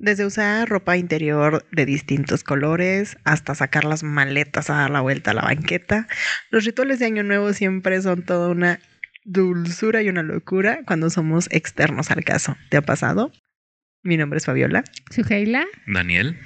Desde usar ropa interior de distintos colores hasta sacar las maletas a dar la vuelta a la banqueta, los rituales de Año Nuevo siempre son toda una dulzura y una locura cuando somos externos al caso. ¿Te ha pasado? Mi nombre es Fabiola. Sugeila. Daniel.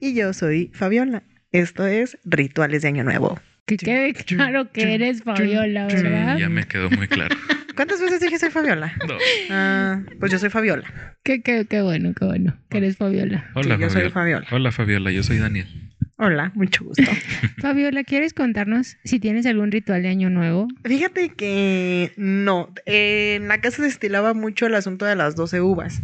Y yo soy Fabiola. Esto es Rituales de Año Nuevo. Que quede claro que eres Fabiola, Sí, ¿verdad? ya me quedó muy claro. ¿Cuántas veces dije soy Fabiola? No. Ah, pues yo soy Fabiola. Qué, qué, qué bueno, qué bueno. Ah. Que eres Fabiola. Hola, Sí, yo soy Fabiola. Fabiola. Hola, Fabiola. Yo soy Daniel. Hola, mucho gusto. Fabiola, ¿quieres contarnos si tienes algún ritual de año nuevo? Fíjate que no, eh, en la casa se estilaba mucho el asunto de las 12 uvas.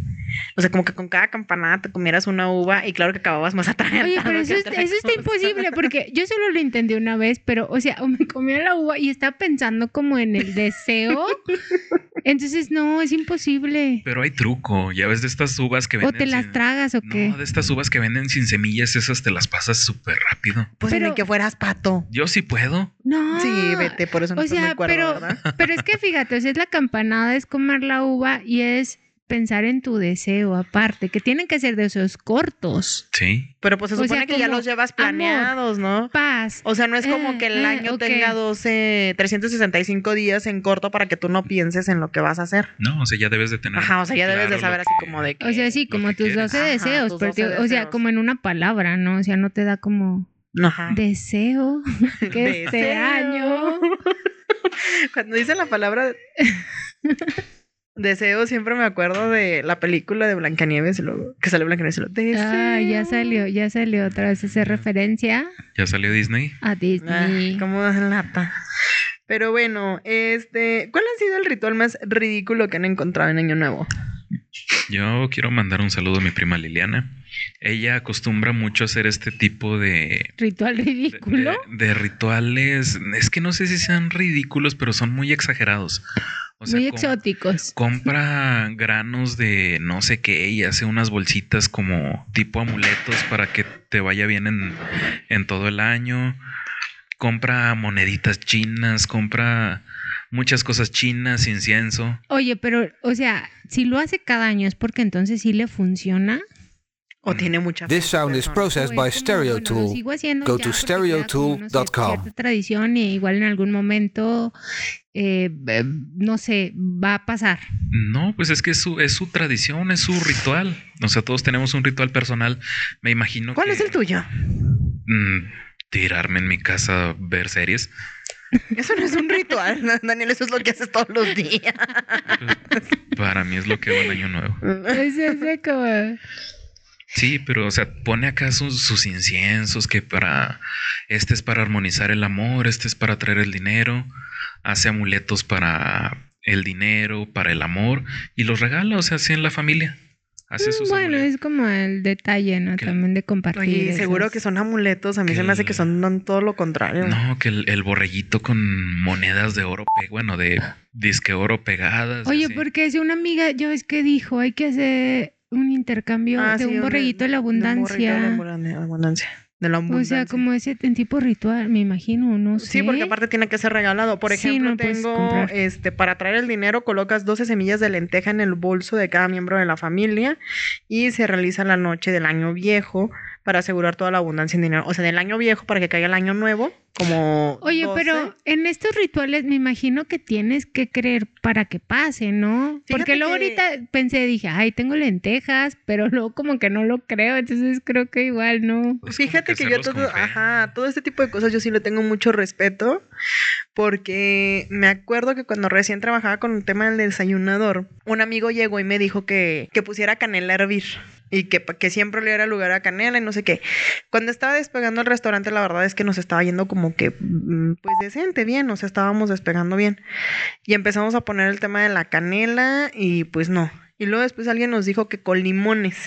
O sea, como que con cada campanada te comieras una uva y claro que acababas más atrás. Oye, pero eso, es- eso Pues, está imposible porque yo solo lo intenté una vez, pero, o sea, o me comía la uva y estaba pensando como en el deseo. Entonces, no, es imposible. Pero hay truco. Ya ves de estas uvas que O venden. te las sin- tragas o qué. No, de estas uvas que venden sin semillas, esas te las pasas súper rápido. Pues ni Pero- que fueras pato. Yo sí puedo. No. Sí, vete, por eso no O estás muy sea, cuerdo, pero, ¿verdad? pero es que fíjate, o sea, es la campanada, es comer la uva y es pensar en tu deseo aparte, que tienen que ser deseos cortos. Sí. Pero pues se o sea, supone que ya como los llevas planeados, ¿no? Paz. O sea, no es como Ah, que el ah, año ok. tenga 12, 365 días en corto para que tú no pienses en lo que vas a hacer. No, o sea, ya debes de tener. Ajá, o sea, ya debes Mm, claro de saber lo así que- como de que... O sea, sí, lo como que tus quieres. 12 Ajá, deseos, tus pero te- 12 o sea, deseos. como en una palabra, ¿no? O sea, no te da como Ah. Ajá. deseo que este Deseo. año. Cuando dice la palabra deseo, siempre me acuerdo de la película de Blancanieves, y luego, que sale Blancanieves y luego, deseo. Ah, ya salió, ya salió otra vez hacer referencia Ya salió Disney. a Ah, Disney. como lata. Pero bueno, este, ¿cuál ha sido el ritual más ridículo que han encontrado en Año Nuevo? Yo quiero mandar un saludo a mi prima Liliana. Ella acostumbra mucho a hacer este tipo de, Ritual de- ridículo. de rituales. Es que no sé si sean ridículos, pero son muy exagerados. O sea, Muy com- exóticos. compra granos de no sé qué y hace unas bolsitas como tipo amuletos para que te vaya bien en, en todo el año. Compra moneditas chinas, compra muchas cosas chinas, incienso. Oye, pero, o sea, si lo hace cada año es porque entonces sí le funciona. ¿O tiene mucha Mm. This sound is persona? processed O by es como, Stereo bueno, lo Tool. sigo haciendo Go ya to porque queda como, no sé, stereotool.com. cierta tradición y igual en algún momento, eh, eh, no sé, va a pasar. No, pues es que es su, es su tradición, es su ritual. O sea, todos tenemos un ritual personal. Me imagino ¿Cuál que- es el tuyo? Mm, tirarme en mi casa a ver series. Eso no es un ritual, Daniel, eso es lo que haces todos los días. Para mí es lo que va el año nuevo. Es ese como- Sí, pero o sea, pone acá sus, sus inciensos que para este es para armonizar el amor, este es para traer el dinero, hace amuletos para el dinero, para el amor y los regala, o sea, así en la familia. Mm, Hace sus mm, bueno, amuletos. es como el detalle, ¿no? Que- También de compartir. Oye, seguro esos. que son amuletos, a mí que se me hace que el- son todo lo contrario. No, que el, el borrellito con monedas de oro, pe- bueno, de disque oro pegadas. y Oye, así. porque si una amiga, yo es que dijo, hay que hacer un intercambio Ah, sí, de un borreguito de la de un borreguito abundancia. de la abundancia- abundancia, de la o abundancia. sea, como ese tipo ritual, me imagino, no sé. Sí, porque aparte tiene que ser regalado. Por Sí, ejemplo, no puedes tengo comprar. este para traer el dinero, colocas 12 semillas de lenteja en el bolso de cada miembro de la familia y se realiza la noche del año viejo para asegurar toda la abundancia en dinero. O sea, del año viejo para que caiga el año nuevo, como. Oye, 12. pero en estos rituales me imagino que tienes que creer para que pase, ¿no? Porque Fíjate luego que- ahorita pensé, dije, ay, tengo lentejas, pero luego como que no lo creo, entonces creo que igual no. Es pues, como Fíjate que, yo hacerlos con todo, fe. ajá, todo este tipo de cosas yo sí le tengo mucho respeto porque me acuerdo que cuando recién trabajaba con el tema del desayunador, un amigo llegó y me dijo que, que pusiera canela a hervir y que, pa- que siempre le era lugar a canela y no sé qué. Cuando estaba despegando el restaurante, la verdad es que nos estaba yendo como que, mm, pues decente, bien, o sea, estábamos despegando bien. Y empezamos a poner el tema de la canela y pues no. Y luego después alguien nos dijo que con limones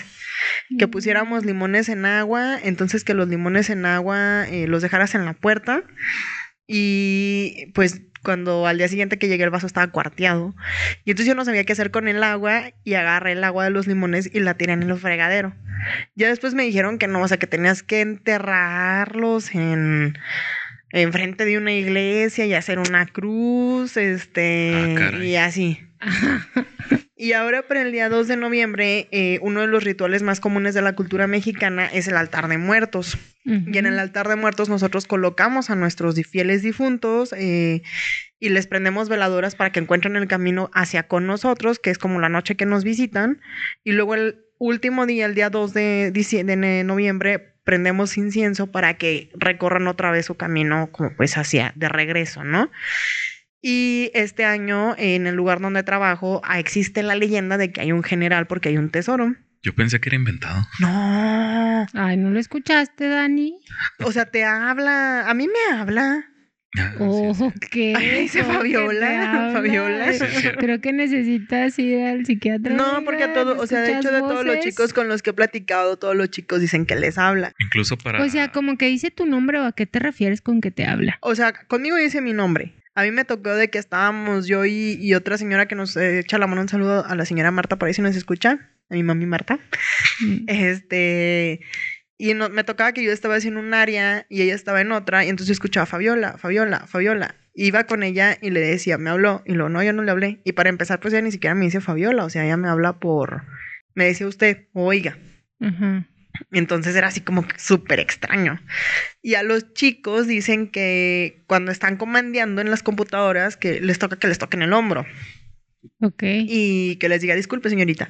que pusiéramos limones en agua, entonces que los limones en agua eh, los dejaras en la puerta y pues cuando al día siguiente que llegué el vaso estaba cuarteado y entonces yo no sabía qué hacer con el agua y agarré el agua de los limones y la tiré en el fregadero. Ya después me dijeron que no, o sea que tenías que enterrarlos en enfrente de una iglesia y hacer una cruz, este Ah, caray. y así. Y ahora para el día 2 de noviembre, eh, uno de los rituales más comunes de la cultura mexicana es el altar de muertos. Y en el altar de muertos nosotros colocamos a nuestros di- fieles difuntos eh, y les prendemos veladoras para que encuentren el camino hacia con nosotros, que es como la noche que nos visitan. Y luego el último día, el día 2 de, dicie- de ne- noviembre, prendemos incienso para que recorran otra vez su camino como pues hacia de regreso, ¿no? Y este año en el lugar donde trabajo ah, existe la leyenda de que hay un general porque hay un tesoro. Yo pensé que era inventado. No, Ay, ¿no lo escuchaste, Dani? o sea, te habla, a mí me habla. Ah, sí, Oh, sí. ¿qué? Ay, dice ¿Cómo que te Fabiola, habla? Fabiola. Sí, es cierto. Creo que necesitas ir al psiquiatra. No, porque a amiga, todo, ¿no o sea, de hecho de escuchas todos los voces? chicos con los que he platicado, todos los chicos dicen que les habla. Incluso para. O sea, como que dice tu nombre o a qué te refieres con que te habla. O sea, conmigo dice mi nombre. A mí me tocó de que estábamos yo y, y otra señora que nos eh, echa la mano, un saludo a la señora Marta, por ahí si nos escucha, a mi mami Marta. Mm. Eh. Este, y no- me tocaba que yo estaba en un área y ella estaba en otra, y entonces yo escuchaba Fabiola, Fabiola, Fabiola. Iba con ella y le decía, me habló, y luego no, yo no le hablé. Y para empezar, pues ella ni siquiera me dice Fabiola, o sea, ella me habla por, me decía usted, oiga. Ajá. Entonces era así como que súper extraño. Y a los chicos dicen que cuando están comandeando en las computadoras, que les toca que les toquen el hombro Ok. y que les diga disculpe, señorita.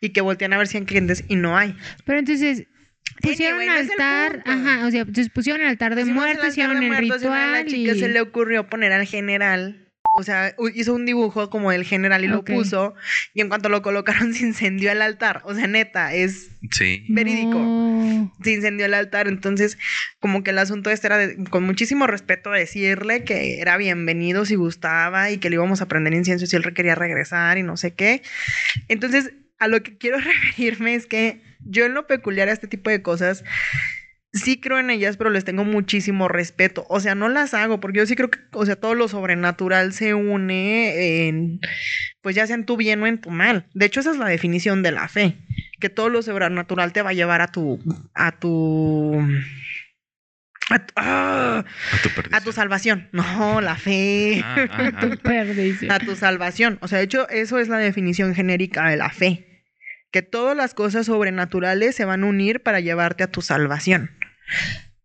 Y que voltean a ver si hay clientes y no hay. Pero entonces pusieron Anyway, no es el altar, punto. ajá, o sea, entonces pusieron altar de Hicimos el muertos, altar hicieron de el muertos y una de ritual las chicas y- se le ocurrió poner al general. O sea, u- hizo un dibujo como el general y lo Ok. puso. Y en cuanto lo colocaron, se incendió el altar. O sea, neta, es Sí. verídico. No. se incendió el altar. Entonces, como que el asunto este era de- con muchísimo respeto decirle que era bienvenido si gustaba y que le íbamos a prender incienso si él re- quería regresar y no sé qué. Entonces, a lo que quiero referirme es que yo en lo peculiar a este tipo de cosas. Sí creo en ellas, pero les tengo muchísimo respeto. O sea, no las hago porque yo sí creo que, o sea, todo lo sobrenatural se une en, pues ya sea en tu bien o en tu mal. De hecho, esa es la definición de la fe, que todo lo sobrenatural te va a llevar a tu a tu a tu, ¡Ah! A tu perdición. a tu salvación. No, la fe. Ah, ah, ah. Tu perdición. A tu salvación. O sea, de hecho, eso es la definición genérica de la fe. Que todas las cosas sobrenaturales se van a unir para llevarte a tu salvación.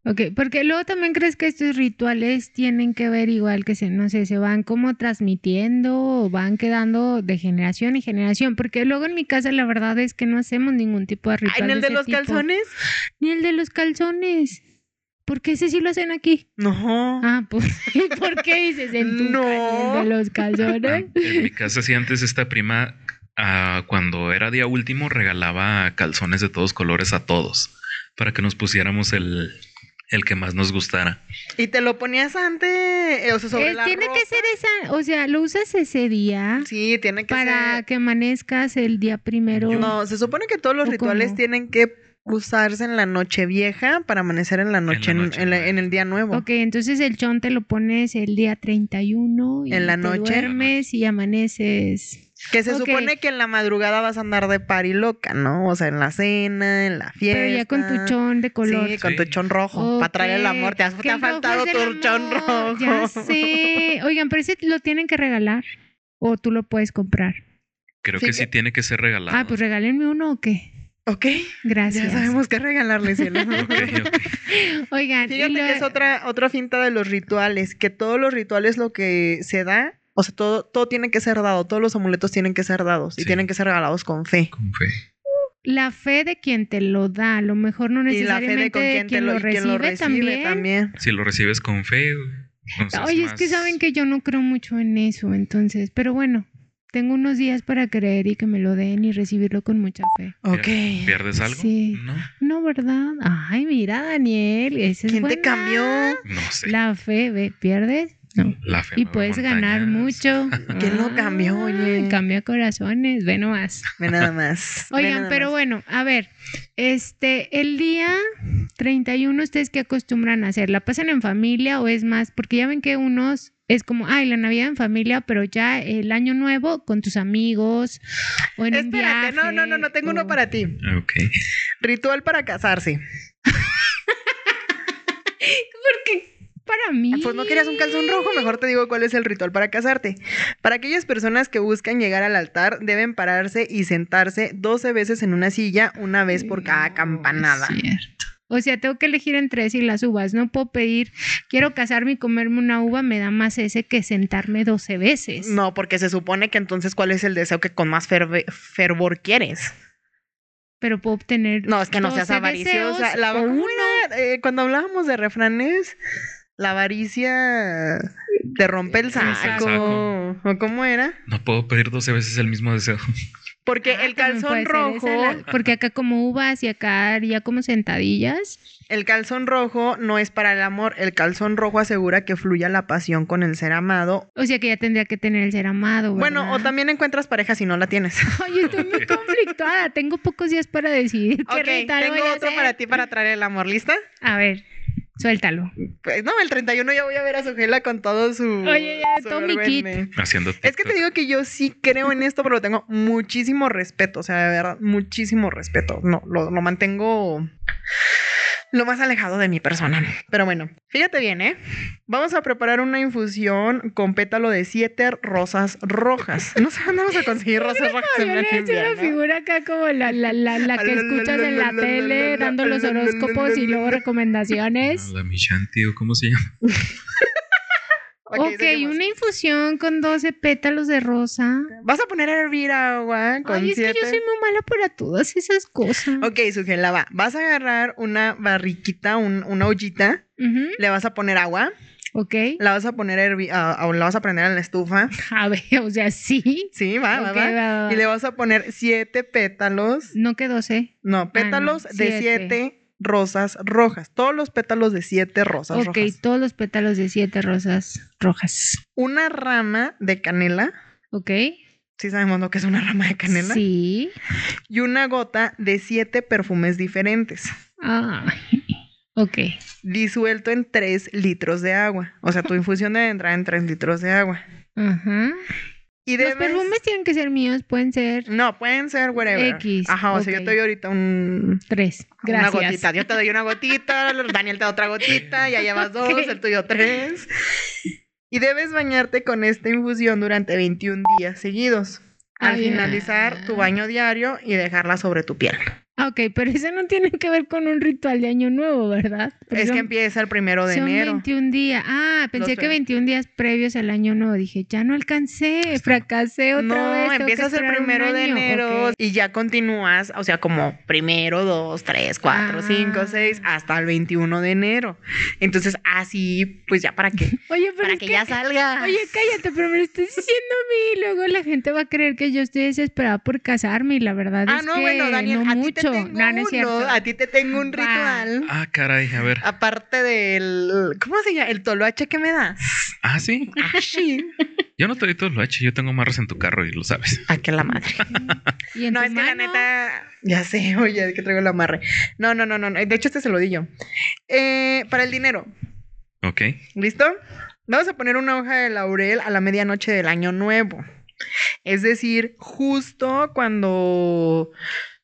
Ok, porque luego también crees que estos rituales tienen que ver igual que se, no sé, se van como transmitiendo o van quedando de generación en generación, porque luego en mi casa la verdad es que no hacemos ningún tipo de ritual. Ay, ¿En el de ese los tipo. calzones? Ni el de los calzones. Porque ese sí lo hacen aquí. No. Ah, pues, ¿y por qué dices en tu No. ca- ni el de los Ah, calzones? En mi casa, sí, antes esta prima, ah, cuando era día último, regalaba calzones de todos colores a todos para que nos pusiéramos el, el que más nos gustara. Y te lo ponías antes, eh, o sea, sobre Es- la tiene ropa. que ser esa, o sea, lo usas ese día Sí, tiene que para ser. que amanezcas el día primero. No, se supone que todos los ¿O rituales cómo? tienen que usarse en la noche vieja para amanecer en la noche, en, noche en la- nueva. en el día nuevo. Ok, entonces el chon te lo pones el día 31 y En la te noche. duermes y amaneces. Que se Ok. supone que en la madrugada vas a andar de pari loca, ¿no? O sea, en la cena, en la fiesta. Pero ya con tu chon de color. Sí, con Sí. tu chon rojo. Para traer el Ok, amor. Te, has- te que ha el rojo faltado es tu del chon rojo. amor, Ya sé. Oigan, pero ese lo tienen que regalar o tú lo puedes comprar. Creo Sí, que que- sí tiene que ser regalado. eh, Ah, pues regálenme uno o qué. Ok, Gracias. ya sabemos qué regalarle, cielo. Ok, ok. Oigan, y Fíjate lo- que es otra, otra finta de los rituales, que todos los rituales lo que se da, o sea, todo, todo tiene que ser dado, todos los amuletos tienen que ser dados y Sí. tienen que ser regalados con fe. Con fe. la fe de quien te lo da, a lo mejor no Y la fe de necesariamente con de quien, te quien, lo, lo y quien lo recibe también. Si lo recibes con fe, güey, entonces Oye, es que más- saben que yo no creo mucho en eso, entonces, pero bueno, tengo unos días para creer y que me lo den y recibirlo con mucha fe. Ok. ¿Pierdes algo? Sí. No, No, ¿verdad? Ay, mira, Daniel, esa es ¿Quién te buena. cambió? no sé. La, La fe, ve, ¿pierdes? No. fe. Y mueve puedes ganar montañas. mucho. ¿Quién lo cambió, oye? Ay, Cambia corazones, ve nomás. Ve nada más. ve Oigan, nada pero más. bueno, a ver, este, el día 31, ¿ustedes qué acostumbran a hacer? ¿La pasan en familia o es más? Porque ya ven que unos es como, ay, la Navidad en familia, pero ya el Año Nuevo con tus amigos o en un Espérate, no, viaje, no, no, no, tengo o- uno para ti. Ok. Ritual para casarse. Porque para mí. Pues no querías un calzón rojo, mejor te digo cuál es el ritual para casarte. Para aquellas personas que buscan llegar al altar, deben pararse y sentarse 12 veces en una silla, una vez por cada campanada. Es cierto. O sea, tengo que elegir entre sí las uvas. No puedo pedir, quiero casarme y comerme una uva, me da más ese que sentarme 12 veces. No, porque se supone que entonces cuál es el deseo que con más ferve- fervor quieres. Pero puedo obtener. No, es que no seas 12 avariciosa. deseos La o vacuna, uno. eh, cuando hablábamos de refranes, la avaricia te rompe el Te rompe el saco. saco. ¿O cómo era? No puedo pedir 12 veces el mismo deseo. Porque Ah, el también calzón puede rojo, ser esa la- porque acá como uvas y acá haría como sentadillas. el calzón rojo no es para el amor. El calzón rojo asegura que fluya la pasión con el ser amado. O sea que ya tendría que tener el ser amado. Bueno, o Oh, ¿verdad? también encuentras pareja si no la tienes. Ay, estoy muy conflictuada. Tengo pocos días para decidir qué Ok, ritual tengo voy a otro hacer. para ti para traer el amor, ¿lista? A ver, suéltalo. Pues no, el 31 ya voy a ver a Sujela con todo su. Oye, ya, su todo mi kit. vergüenza. Haciendo Es que te TikTok. digo que yo sí creo en esto, pero lo tengo muchísimo respeto. O sea, de verdad, muchísimo respeto. No, lo, lo mantengo lo más alejado de mi persona. Pero bueno, fíjate bien, ¿eh? Vamos a preparar una infusión con pétalo de siete rosas rojas. No sé dónde vamos a conseguir rosas rojas en Yo la le he hecho una India, ¿no? figura acá como la, la, la, la que Ah, la, escuchas la, en la, la, la la, tele la, dando los la, la, la, horóscopos y la, luego la. recomendaciones. La Michanti, ¿o ¿cómo se llama? Ok, Ok, seguimos. una infusión con 12 pétalos de rosa. Vas a poner a hervir agua con Ay, es siete. que yo soy muy mala para todas esas cosas. Ok, Sujela, va. Vas a agarrar una barriquita, un- una ollita, Ujú, le vas a poner agua, Ok. la vas a poner a hervir, a- a- la vas a prender en la estufa. A ver, o sea, sí. Sí, va, Ah, va, Ok, va. va, va, Y le va. vas a poner siete pétalos, Ah, No que 12. no, pétalos de siete. siete rosas rojas. Todos los pétalos de siete rosas Ok, rojas. todos los pétalos de siete rosas rojas. Una rama de canela. Ok. Sí sabemos lo que es una rama de canela. Sí. Y una gota de siete perfumes diferentes. Ay. Ah. Ok. Disuelto en tres litros de agua. O sea, tu infusión debe entrar en tres litros de agua. Ajá. Y Los debes... perfumes tienen que ser míos, pueden ser No, pueden ser whatever. X, Ajá, o sea, ok. yo te doy ahorita un... tres. Gracias. Una gotita. Yo te doy una gotita, Daniel te da otra gotita, ya llevas dos, Ok. el tuyo tres. Y debes bañarte con esta infusión durante 21 días seguidos. Al Ah, finalizar tu baño diario y dejarla sobre tu piel. Ah, Ok, pero eso no tiene que ver con un ritual de año nuevo, ¿verdad? Porque es que son- empieza el primero de son enero. 21 días. Ah, pensé Los que ve- 21 días previos al año nuevo. Dije, ya no alcancé, fracasé otra No, vez. tengo que empiezas el esperar un primero de año. enero Ok. y ya continúas, o sea, como primero, dos, tres, cuatro, cinco, Ah. seis, hasta el 21 de enero. Entonces, así, pues ya para que, Oye, pero para es que, que- ya salga. Oye, cállate, pero me lo estás diciendo a mí. y Luego la gente va a creer que yo estoy desesperada por casarme y la verdad Ah, es no, que bueno, Daniel, no a ti te mucho. tengo no, no es cierto. uno, a ti te tengo un Va. ritual. Ah, caray, a ver. Aparte del, ¿cómo se llama? El toloache que me das. Ah, sí. Ah, sí. Yo no te doy todo lo hecho. Yo tengo marras en tu carro y lo sabes. Ah, que la madre. Y "Ah, en No, tu es que la mano, neta, ya sé, oye, es que traigo el amarre. No, no, no, no, no, de hecho este se lo di yo. Eh, para el dinero, Ok. ¿Listo? Vamos a poner una hoja de laurel a la medianoche del año nuevo. Es decir, justo cuando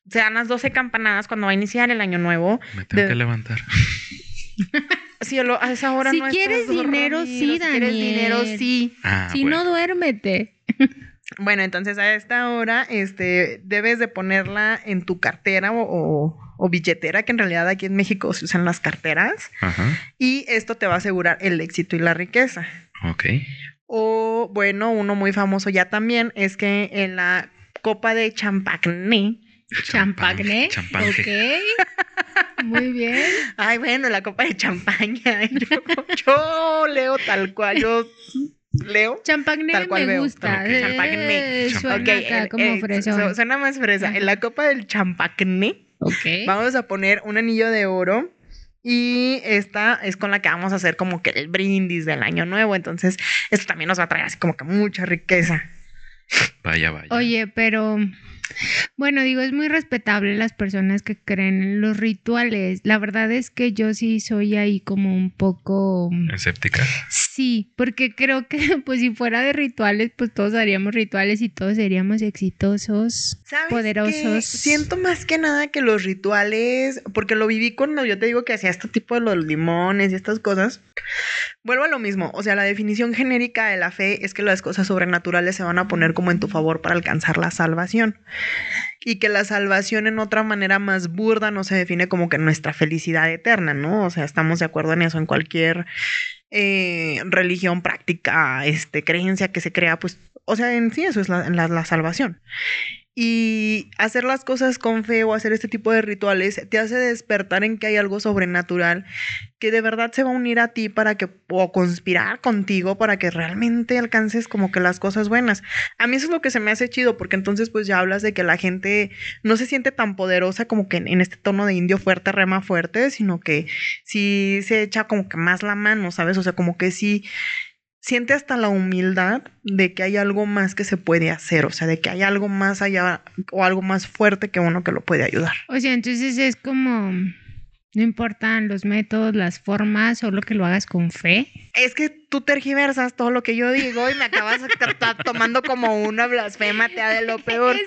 se dan las 12 campanadas, cuando va a iniciar el año nuevo. Me tengo De- que levantar. Si a, lo- a esa hora Si no quieres estás dinero, dormido, sí, si quieres Daniel. dinero, sí. Ah, si bueno. no duérmete. Bueno, entonces a esta hora este, debes de ponerla en tu cartera o, o- o billetera, que en realidad aquí en México se usan las carteras. Ajá. Y esto te va a asegurar el éxito y la riqueza. Ok. O, bueno, uno muy famoso ya también es que en la copa de champagne. Champagne. Champagne. Ok. Muy bien. Ay, bueno, la copa de champaña. Yo, yo leo tal cual, yo leo. Champagne Tal cual me veo. gusta. Ok. eh, Champagne. Suena Champagne. Ok, eh, acá el- como el- fresón. su- suena más fresa. En la copa del champagne ok. vamos a poner un anillo de oro. Y esta es con la que vamos a hacer como que el brindis del año nuevo. Entonces, esto también nos va a traer así como que mucha riqueza. Vaya, vaya. Oye, pero bueno, digo, es muy respetable las personas que creen en los rituales. La verdad es que yo sí soy ahí como un poco... Escéptica. sí, porque creo que pues si fuera de rituales, pues todos haríamos rituales y todos seríamos exitosos, ¿Sabes poderosos. qué? Siento más que nada que los rituales, porque lo viví cuando yo te digo que hacía este tipo de los limones y estas cosas. Vuelvo a lo mismo, o sea, la definición genérica de la fe es que las cosas sobrenaturales se van a poner como en tu favor para alcanzar la salvación. Y que la salvación en otra manera más burda no se define como que nuestra felicidad eterna, ¿no? O sea, estamos de acuerdo en eso en cualquier eh, religión, práctica, este, creencia que se crea, pues, o sea, en sí eso es la- la- la salvación. Y hacer las cosas con fe o hacer este tipo de rituales te hace despertar en que hay algo sobrenatural que de verdad se va a unir a ti para que, o conspirar contigo para que realmente alcances como que las cosas buenas. A mí eso es lo que se me hace chido, porque entonces pues ya hablas de que la gente no se siente tan poderosa como que en, en este tono de indio fuerte, rema fuerte, sino que sí se echa como que más la mano, ¿sabes? O sea, como que sí siente hasta la humildad de que hay algo más que se puede hacer, o sea, de que hay algo más allá o algo más fuerte que uno que lo puede ayudar. O sea, entonces es como, no importan los métodos, las formas, solo que lo hagas con fe. Es que tú tergiversas todo lo que yo digo y me acabas de tratar tomando como una blasfema, te de lo peor.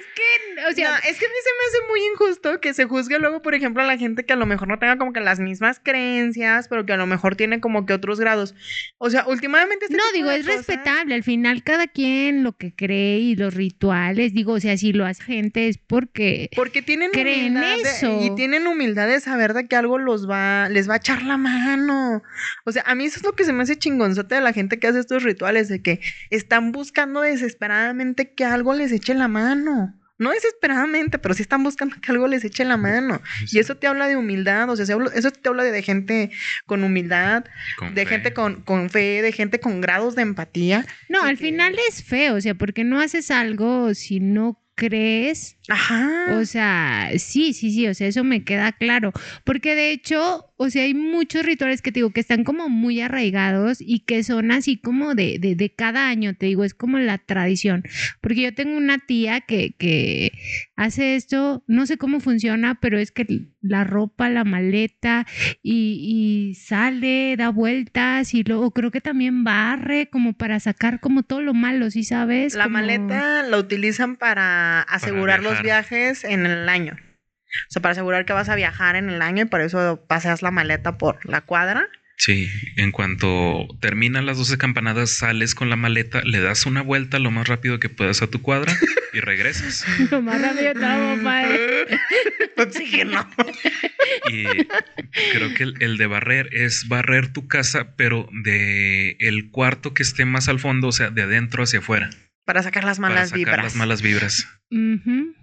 Es que, o sea, No, es que a mí se me hace muy injusto que se juzgue luego, por ejemplo, a la gente que a lo mejor no tenga como que las mismas creencias, pero que a lo mejor tiene como que otros grados. O sea, últimamente... este no, tipo digo, de es cosas- respetable. Al final, cada quien lo que cree y los rituales, digo, o sea, si lo hace gente es porque. Porque tienen Creen humildad de- eso. y tienen humildad de saber de que algo los va, les va a echar la mano. O sea, a mí eso es lo que se me hace chingonzote de la gente que hace estos rituales, de que están buscando desesperadamente que algo les eche la mano. No desesperadamente, pero sí están buscando que algo les eche la mano. Y eso te habla de humildad, o sea, se habla- eso te habla de, de gente con humildad, Con de fe. gente con, con fe, de gente con grados de empatía. No, Sí al que- final es feo, o sea, porque no haces algo si no crees. Ajá. O sea, sí, sí, sí, o sea, eso me queda claro. Porque de hecho, o sea, hay muchos rituales que te digo que están como muy arraigados y que son así como de, de, de cada año, te digo, es como la tradición. Porque yo tengo una tía que, que hace esto, no sé cómo funciona, pero es que la ropa, la maleta y, y sale, da vueltas y luego creo que también barre como para sacar como todo lo malo, ¿sí sabes? La Como- maleta la utilizan para asegurar los viajar. viajes en el año. O sea, para asegurar que vas a viajar en el año y para eso paseas la maleta por la cuadra. Sí, en cuanto terminan las 12 campanadas, sales con la maleta, le das una vuelta lo más rápido que puedas a tu cuadra y regresas. Lo más rápido, no, papá, eh. Oxígeno. Y creo que el, el de barrer es barrer tu casa, pero de el cuarto que esté más al fondo, o sea, de adentro hacia afuera, Para sacar las para malas sacar vibras. las malas vibras. Ujú.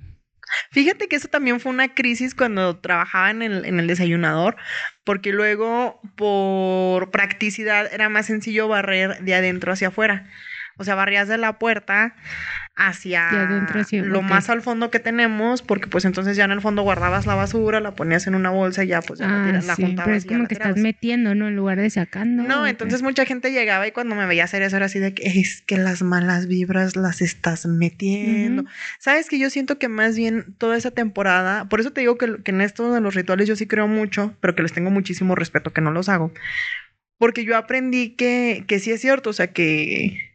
Fíjate que eso también fue una crisis cuando trabajaba en el, en el desayunador, porque luego por practicidad era más sencillo barrer de adentro hacia afuera. O sea, barrías de la puerta hacia De adentro hacia- lo ok. más al fondo que tenemos, porque pues entonces ya en el fondo guardabas la basura, la ponías en una bolsa y ya pues ya la, Ah, tira- la sí, juntabas. pero es y ya como la que estás tirabas. metiendo, ¿no? En lugar de sacando. No, ¿o qué? entonces mucha gente llegaba y cuando me veía hacer eso era así de que es que las malas vibras las estás metiendo. Ujú. Sabes que yo siento que más bien toda esa temporada, por eso te digo que, que en esto de los rituales yo sí creo mucho, pero que les tengo muchísimo respeto que no los hago. Porque yo aprendí que, que sí es cierto, o sea que.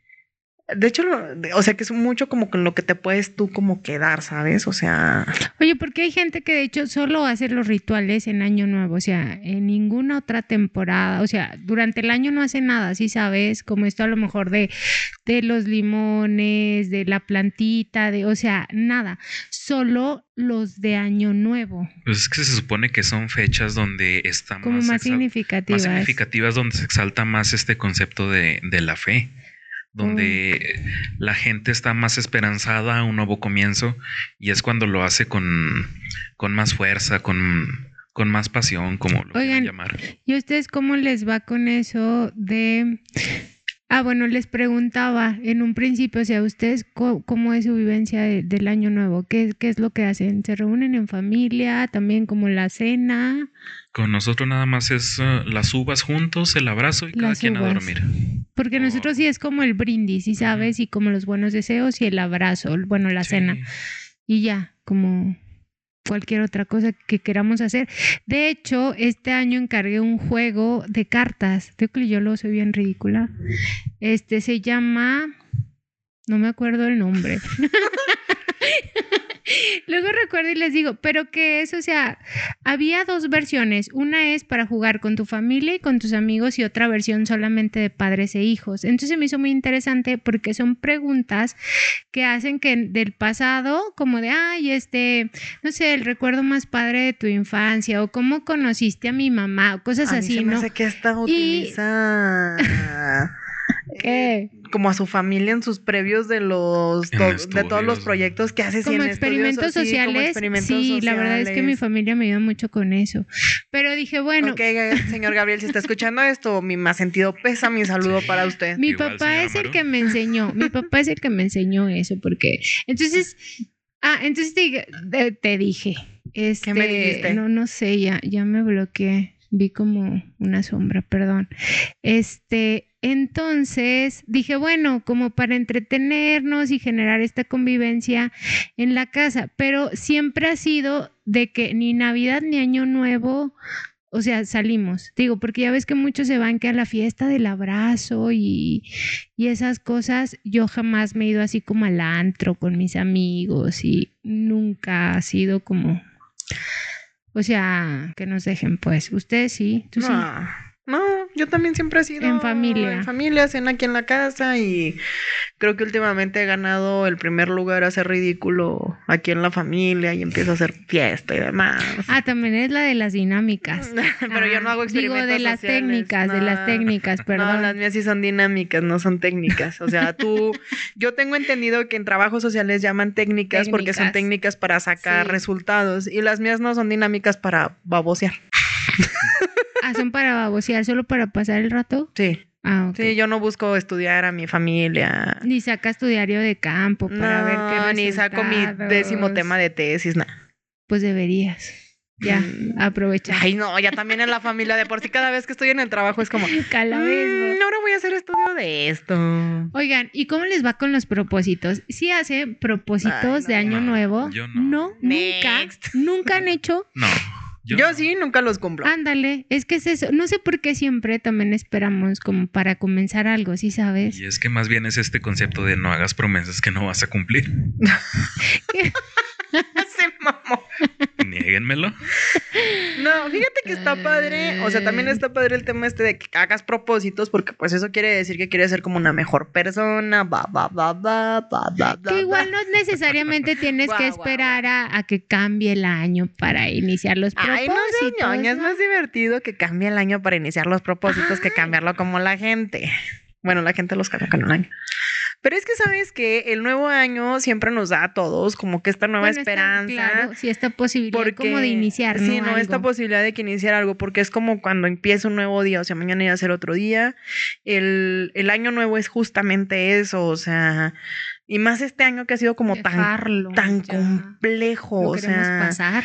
De hecho, lo- de- o sea que es mucho como con lo que te puedes tú como quedar, ¿sabes? O sea. Oye, porque hay gente que de hecho solo hace los rituales en Año Nuevo, o sea, en ninguna otra temporada, o sea, durante el año no hace nada, ¿sí sabes? Como esto a lo mejor de, de los limones, de la plantita, de, o sea, nada, solo los de Año Nuevo, Pues es que se supone que son fechas donde está como más, más, exal- significativas. más significativas, donde se exalta más este concepto de, de la fe, donde la gente está más esperanzada a un nuevo comienzo y es cuando lo hace con, con más fuerza, con, con más pasión, como lo Oigan, quieran llamar. ¿Y a ustedes cómo les va con eso de... Ah, bueno, les preguntaba en un principio, o sea, ¿ustedes co- cómo es su vivencia de- del año nuevo? ¿Qué, ¿Qué es lo que hacen? ¿Se reúnen en familia? ¿También como la cena? Con nosotros nada más es eh, las uvas juntos, el abrazo y cada Las quien a uvas. dormir. Porque Oh. nosotros sí es como el brindis, ¿sí sabes? Y como los buenos deseos y el abrazo, bueno, la Sí. cena. Y ya, como... cualquier otra cosa que queramos hacer. De hecho, este año encargué un juego de cartas. Creo que yo lo soy bien ridícula. Este se llama. No me acuerdo el nombre. Luego recuerdo y les digo, pero que es, o sea, había dos versiones. Una es para jugar con tu familia y con tus amigos y otra versión solamente de padres e hijos. Entonces me hizo muy interesante porque son preguntas que hacen que del pasado, como de, ay, este, no sé, el recuerdo más padre de tu infancia o cómo conociste a mi mamá o cosas a mí así, se me ¿no? hace que esta Y- utiliza ¿Qué? como a su familia en sus previos de los En to- de estudios, todos los ¿no? proyectos que hace sí, como en experimentos estudios, sí, como sociales. Sí, experimentos la verdad es que mi sociales. familia me ayuda mucho con eso. Pero dije, bueno, Ok, eh, señor Gabriel, si está escuchando esto, mi más sentido pesa, mi saludo para usted. mi Igual, papá señora es el Maru. que me enseñó, mi papá es el que me enseñó eso, porque entonces, ah, entonces te, diga- te- te dije, este, me dijiste? no, no sé, ya, ya me bloqueé, vi como una sombra, perdón, este, entonces dije, bueno, como para entretenernos y generar esta convivencia en la casa, pero siempre ha sido de que ni Navidad ni Año Nuevo o sea, salimos. Te Digo, porque ya ves que muchos se van que a la fiesta del abrazo y, y esas cosas. Yo jamás me he ido así como al antro con mis amigos y nunca ha sido como. O sea, que nos dejen, pues. Ustedes sí, tú sí. No, no, yo también siempre he sido En familia. En familia, cena aquí en la casa y creo que últimamente he ganado el primer lugar a ser ridículo aquí en la familia y empiezo a hacer fiesta y demás. Ah, también es la de las dinámicas. Pero yo no Ah, hago experimentos Digo, de las sociales, técnicas, de las no. técnicas, No, perdón. las mías sí son dinámicas, no son técnicas. O sea, tú, yo tengo entendido que en trabajos sociales llaman técnicas, porque son Técnicas. técnicas para sacar Sí. resultados y las mías no son dinámicas para babosear. Ah, son para babosear, solo para pasar el rato. Sí, Ah, ok. sí, yo no busco estudiar a mi familia. Ni sacas tu diario de campo para No, ver qué ni saco mi décimo resultados. tema de tesis, nada. Pues deberías. Ya, aprovecha. Mm. Ay, no, ya también en la familia, de por sí cada vez que estoy en el trabajo es como, Cada vez, ¿no? "Mm, ahora voy a hacer estudio de esto. Oigan, ¿y cómo les va con los propósitos? ¿Sí hacen Ay, propósitos no. de año No, nuevo? yo no. nunca. Next. Nunca han hecho. No. Yo, no. sí, nunca los cumplo. Ah, Ándale, es que es eso. No sé por qué siempre también esperamos como para comenzar algo, ¿sí sabes? Y es que más bien es este concepto de no hagas promesas que no vas a cumplir. Se mamó. Niéguenmelo. No, fíjate que está padre, o sea, también Ay. está padre el tema este de que hagas propósitos, porque pues eso quiere decir que quieres ser como una mejor persona, va, va, va, va, va, va, Que va, igual no necesariamente tienes Guau, que guau, esperar a, a que cambie el año para iniciar los propósitos. Ay, no seas ñoña, es ¿no? más divertido que cambie el año para iniciar los propósitos que cambiarlo como la gente. Bueno, la gente los cambia con un año. Pero es que sabes que el nuevo año siempre nos da a todos como que esta nueva Bueno, está- esperanza. claro, sí, esta posibilidad Porque, como de iniciar, ¿no? Sí, no, esta Algo. posibilidad de que iniciar algo, porque es como cuando empieza un nuevo día, o sea, mañana ya será otro día. El, el año nuevo es justamente eso, o sea, y más este año que ha sido como tan, Dejarlo tan ya. complejo, Lo o queremos sea. pasar.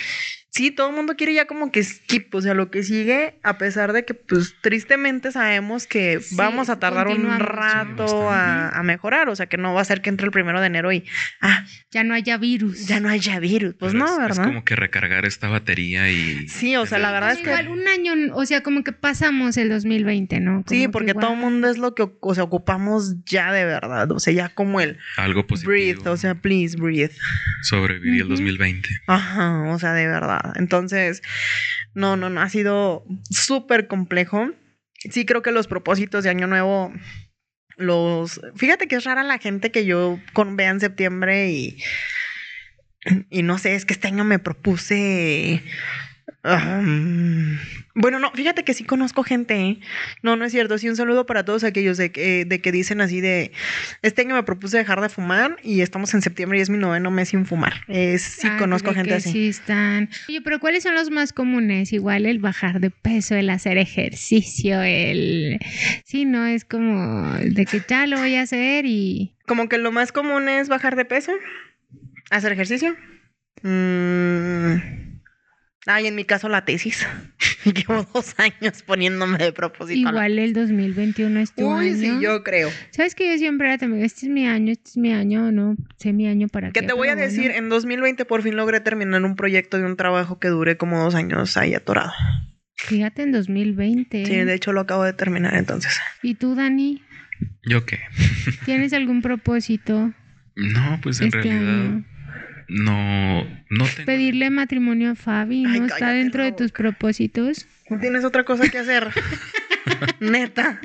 Sí, todo el mundo quiere ya como que skip, o sea, lo que sigue, a pesar de que pues tristemente sabemos que Sí, vamos a tardar un continuamos, sí, rato a, bastante. a mejorar, o sea, que no va a ser que entre el primero de enero y, ah, ya no haya virus. ya no haya virus, pues Pero no, es- ¿verdad? Es como que recargar esta batería y. Sí, o sea, la verdad Pero es que... igual un año, o sea, como que pasamos el 2020, ¿no? Como Sí, que porque igual- todo el mundo es lo que o- o sea, ocupamos ya de verdad, o sea, ya como el Algo positivo. breathe, o sea, please breathe. Sobrevivir el Ujú. 2020. Ajá, o sea, de verdad. Entonces, no, no, no, ha sido súper complejo. Sí creo que los propósitos de Año Nuevo, los... Fíjate que es rara la gente que yo con, vea en septiembre y... Y no sé, es que este año me propuse... um, bueno, no, fíjate que sí conozco gente. ¿eh? No, no es cierto. Sí, un saludo para todos aquellos de que, de que dicen así de, este año me propuse dejar de fumar y estamos en septiembre y es mi noveno mes sin fumar. Eh, sí, Ah, conozco de gente que así. Sí, están. Oye, pero ¿cuáles son los más comunes? Igual el bajar de peso, el hacer ejercicio, el. Sí, no, es como de que ya lo voy a hacer y. Como que lo más común es bajar de peso, hacer ejercicio. Mm. Ay, en mi caso la tesis. Llevo dos años poniéndome de propósito. a la- Igual el 2021 es tu Uy, año. sí, yo creo. ¿Sabes que yo siempre era también, este es mi año, este es mi año, no sé mi año para Que qué? te voy a pero bueno. decir, en 2020 por fin logré terminar un proyecto de un trabajo que duré como dos años ahí atorado. Fíjate en 2020. Sí, de hecho lo acabo de terminar entonces. ¿eh? ¿Y tú, Dani? ¿Yo qué? ¿Tienes algún propósito No, pues en este realidad año? no, no tengo. Pedirle matrimonio a Fabi, ¿no? Ay, ¿Está cállate dentro la de tus propósitos? ¿No tienes otra cosa que hacer? Neta.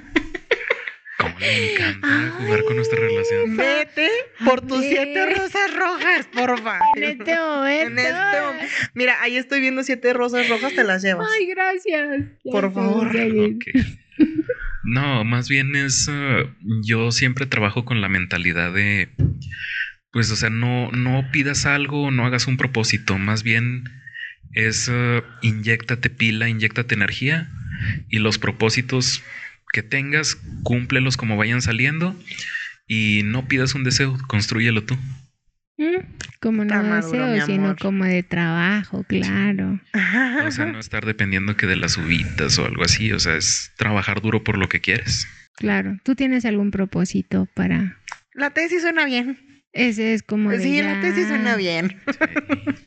Cómo le encanta jugar con nuestra relación. Vete por A tus ver. siete rosas rojas, porfa. En este momento. En este momento. Mira, ahí estoy viendo siete rosas rojas, te las llevas. Ay, gracias. Ya Por podemos favor. seguir. Ok. No, más bien es. eh, yo siempre trabajo con la mentalidad de. Pues, o sea, no, no pidas algo, no hagas un propósito. Más bien es. eh, inyéctate pila, inyéctate energía y los propósitos que tengas, cúmplelos como vayan saliendo y no pidas un deseo, construyelo tú. Mm, Como Está no maduro, deseo, mi sino amor. como de trabajo, claro. O sea, no estar dependiendo que de las uvitas o algo así. O sea, es trabajar duro por lo que quieres. Claro. ¿Tú tienes algún propósito para...? La tesis suena bien. Ese es como de Sí, la ya. tesis suena bien.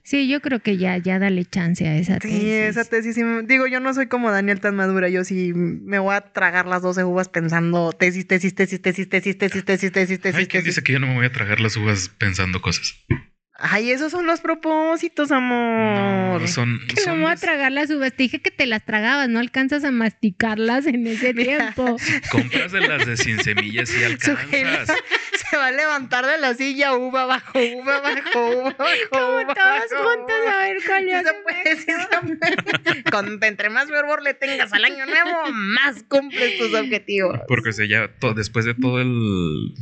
Sí, yo creo que ya, ya dale chance a esa tesis. Sí, esa tesis. sí me- Digo, yo no soy como Daniel tan madura. Yo sí me voy a tragar las 12 uvas pensando tesis, tesis, tesis, tesis, tesis, tesis, tesis, tesis, Ay, tesis. ¿quién tesis. dice que yo no me voy a tragar las uvas pensando cosas? Ay, esos son los propósitos, amor. No, son, Que no son me voy a las- tragar las uvas. Te dije que te las tragabas, no alcanzas a masticarlas en ese Mira. tiempo. compras de las de sin semillas y Sujela alcanzas. se va a levantar de la silla uva bajo uva bajo uva bajo uva. Todos bajo juntos uva. a ver cuál Sí le hace se puede, sí se puede. Con- entre más fervor le tengas al año nuevo, más cumples tus objetivos. Porque o sea, ya to- después de todo el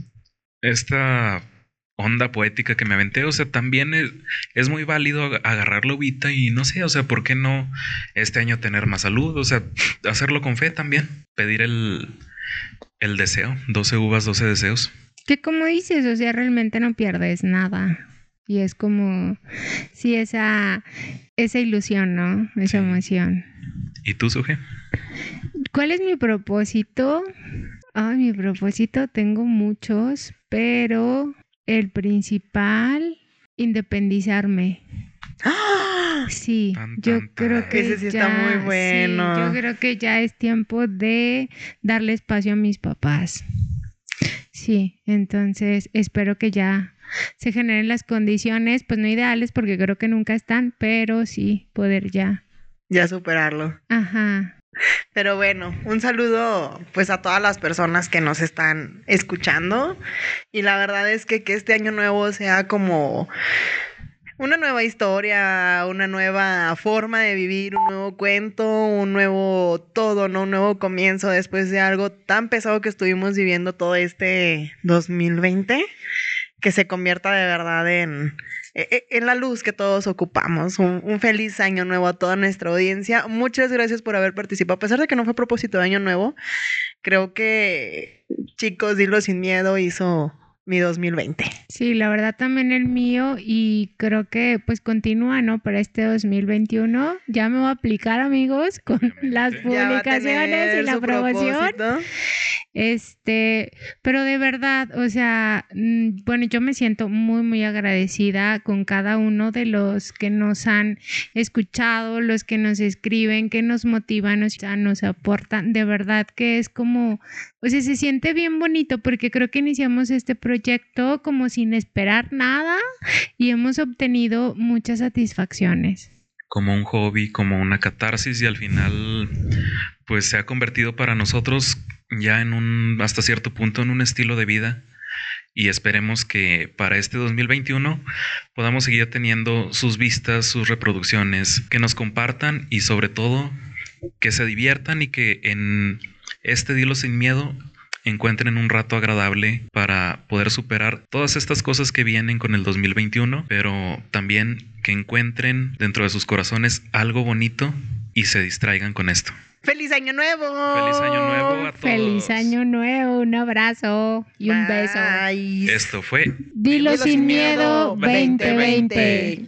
esta onda poética que me aventé, o sea, también es, es muy válido ag- agarrar la uvita y no sé, o sea, ¿por qué no este año tener más salud? O sea, hacerlo con fe también, pedir el, el deseo, 12 uvas, 12 deseos. Que como dices, o sea, realmente no pierdes nada. Y es como, sí, esa, esa ilusión, ¿no? Esa Sí. emoción. ¿Y tú, Suge? ¿Cuál es mi propósito? Ay, mi propósito tengo muchos, pero el principal, independizarme. ¡Ah! Sí, Tan, yo tan, creo tan. que Ese sí está ya, muy sí, bueno. yo creo que ya es tiempo de darle espacio a mis papás. Sí, entonces espero que ya se generen las condiciones, pues no ideales porque creo que nunca están, pero sí poder ya. Ya superarlo. Ajá. Pero bueno, un saludo pues a todas las personas que nos están escuchando. Y la verdad es que, que este año nuevo sea como una nueva historia, una nueva forma de vivir, un nuevo cuento, un nuevo todo, ¿no? Un nuevo comienzo después de algo tan pesado que estuvimos viviendo todo este 2020, que se convierta de verdad en, e- e- en la luz que todos ocupamos. Un, un feliz año nuevo a toda nuestra audiencia. Muchas gracias por haber participado. A pesar de que no fue a propósito de año nuevo, creo que, chicos, Dilo Sin Miedo hizo mi 2020. Sí, la verdad también el mío y creo que pues continúa, ¿no? Para este 2021 ya me voy a aplicar, amigos, con Obviamente. las Ya va a publicaciones y tener la su promoción. propósito. Este, pero de verdad, o sea, mm, bueno, yo me siento muy, muy agradecida con cada uno de los que nos han escuchado, los que nos escriben, que nos motivan, nos, nos aportan. De verdad que es como, o sea, se siente bien bonito porque creo que iniciamos este proyecto como sin esperar nada y hemos obtenido muchas satisfacciones. como un hobby, como una catarsis y al final pues se ha convertido para nosotros ya en un hasta cierto punto en un estilo de vida y esperemos que para este 2021 podamos seguir teniendo sus vistas, sus reproducciones, que nos compartan y sobre todo que se diviertan y que en este Dilo sin miedo encuentren un rato agradable para poder superar todas estas cosas que vienen con el 2021, pero también que encuentren dentro de sus corazones algo bonito y se distraigan con esto. ¡Feliz año nuevo! Feliz año nuevo a todos. Feliz año nuevo, un abrazo y un beso. Bye. Esto fue Dilo, sin, miedo 2020.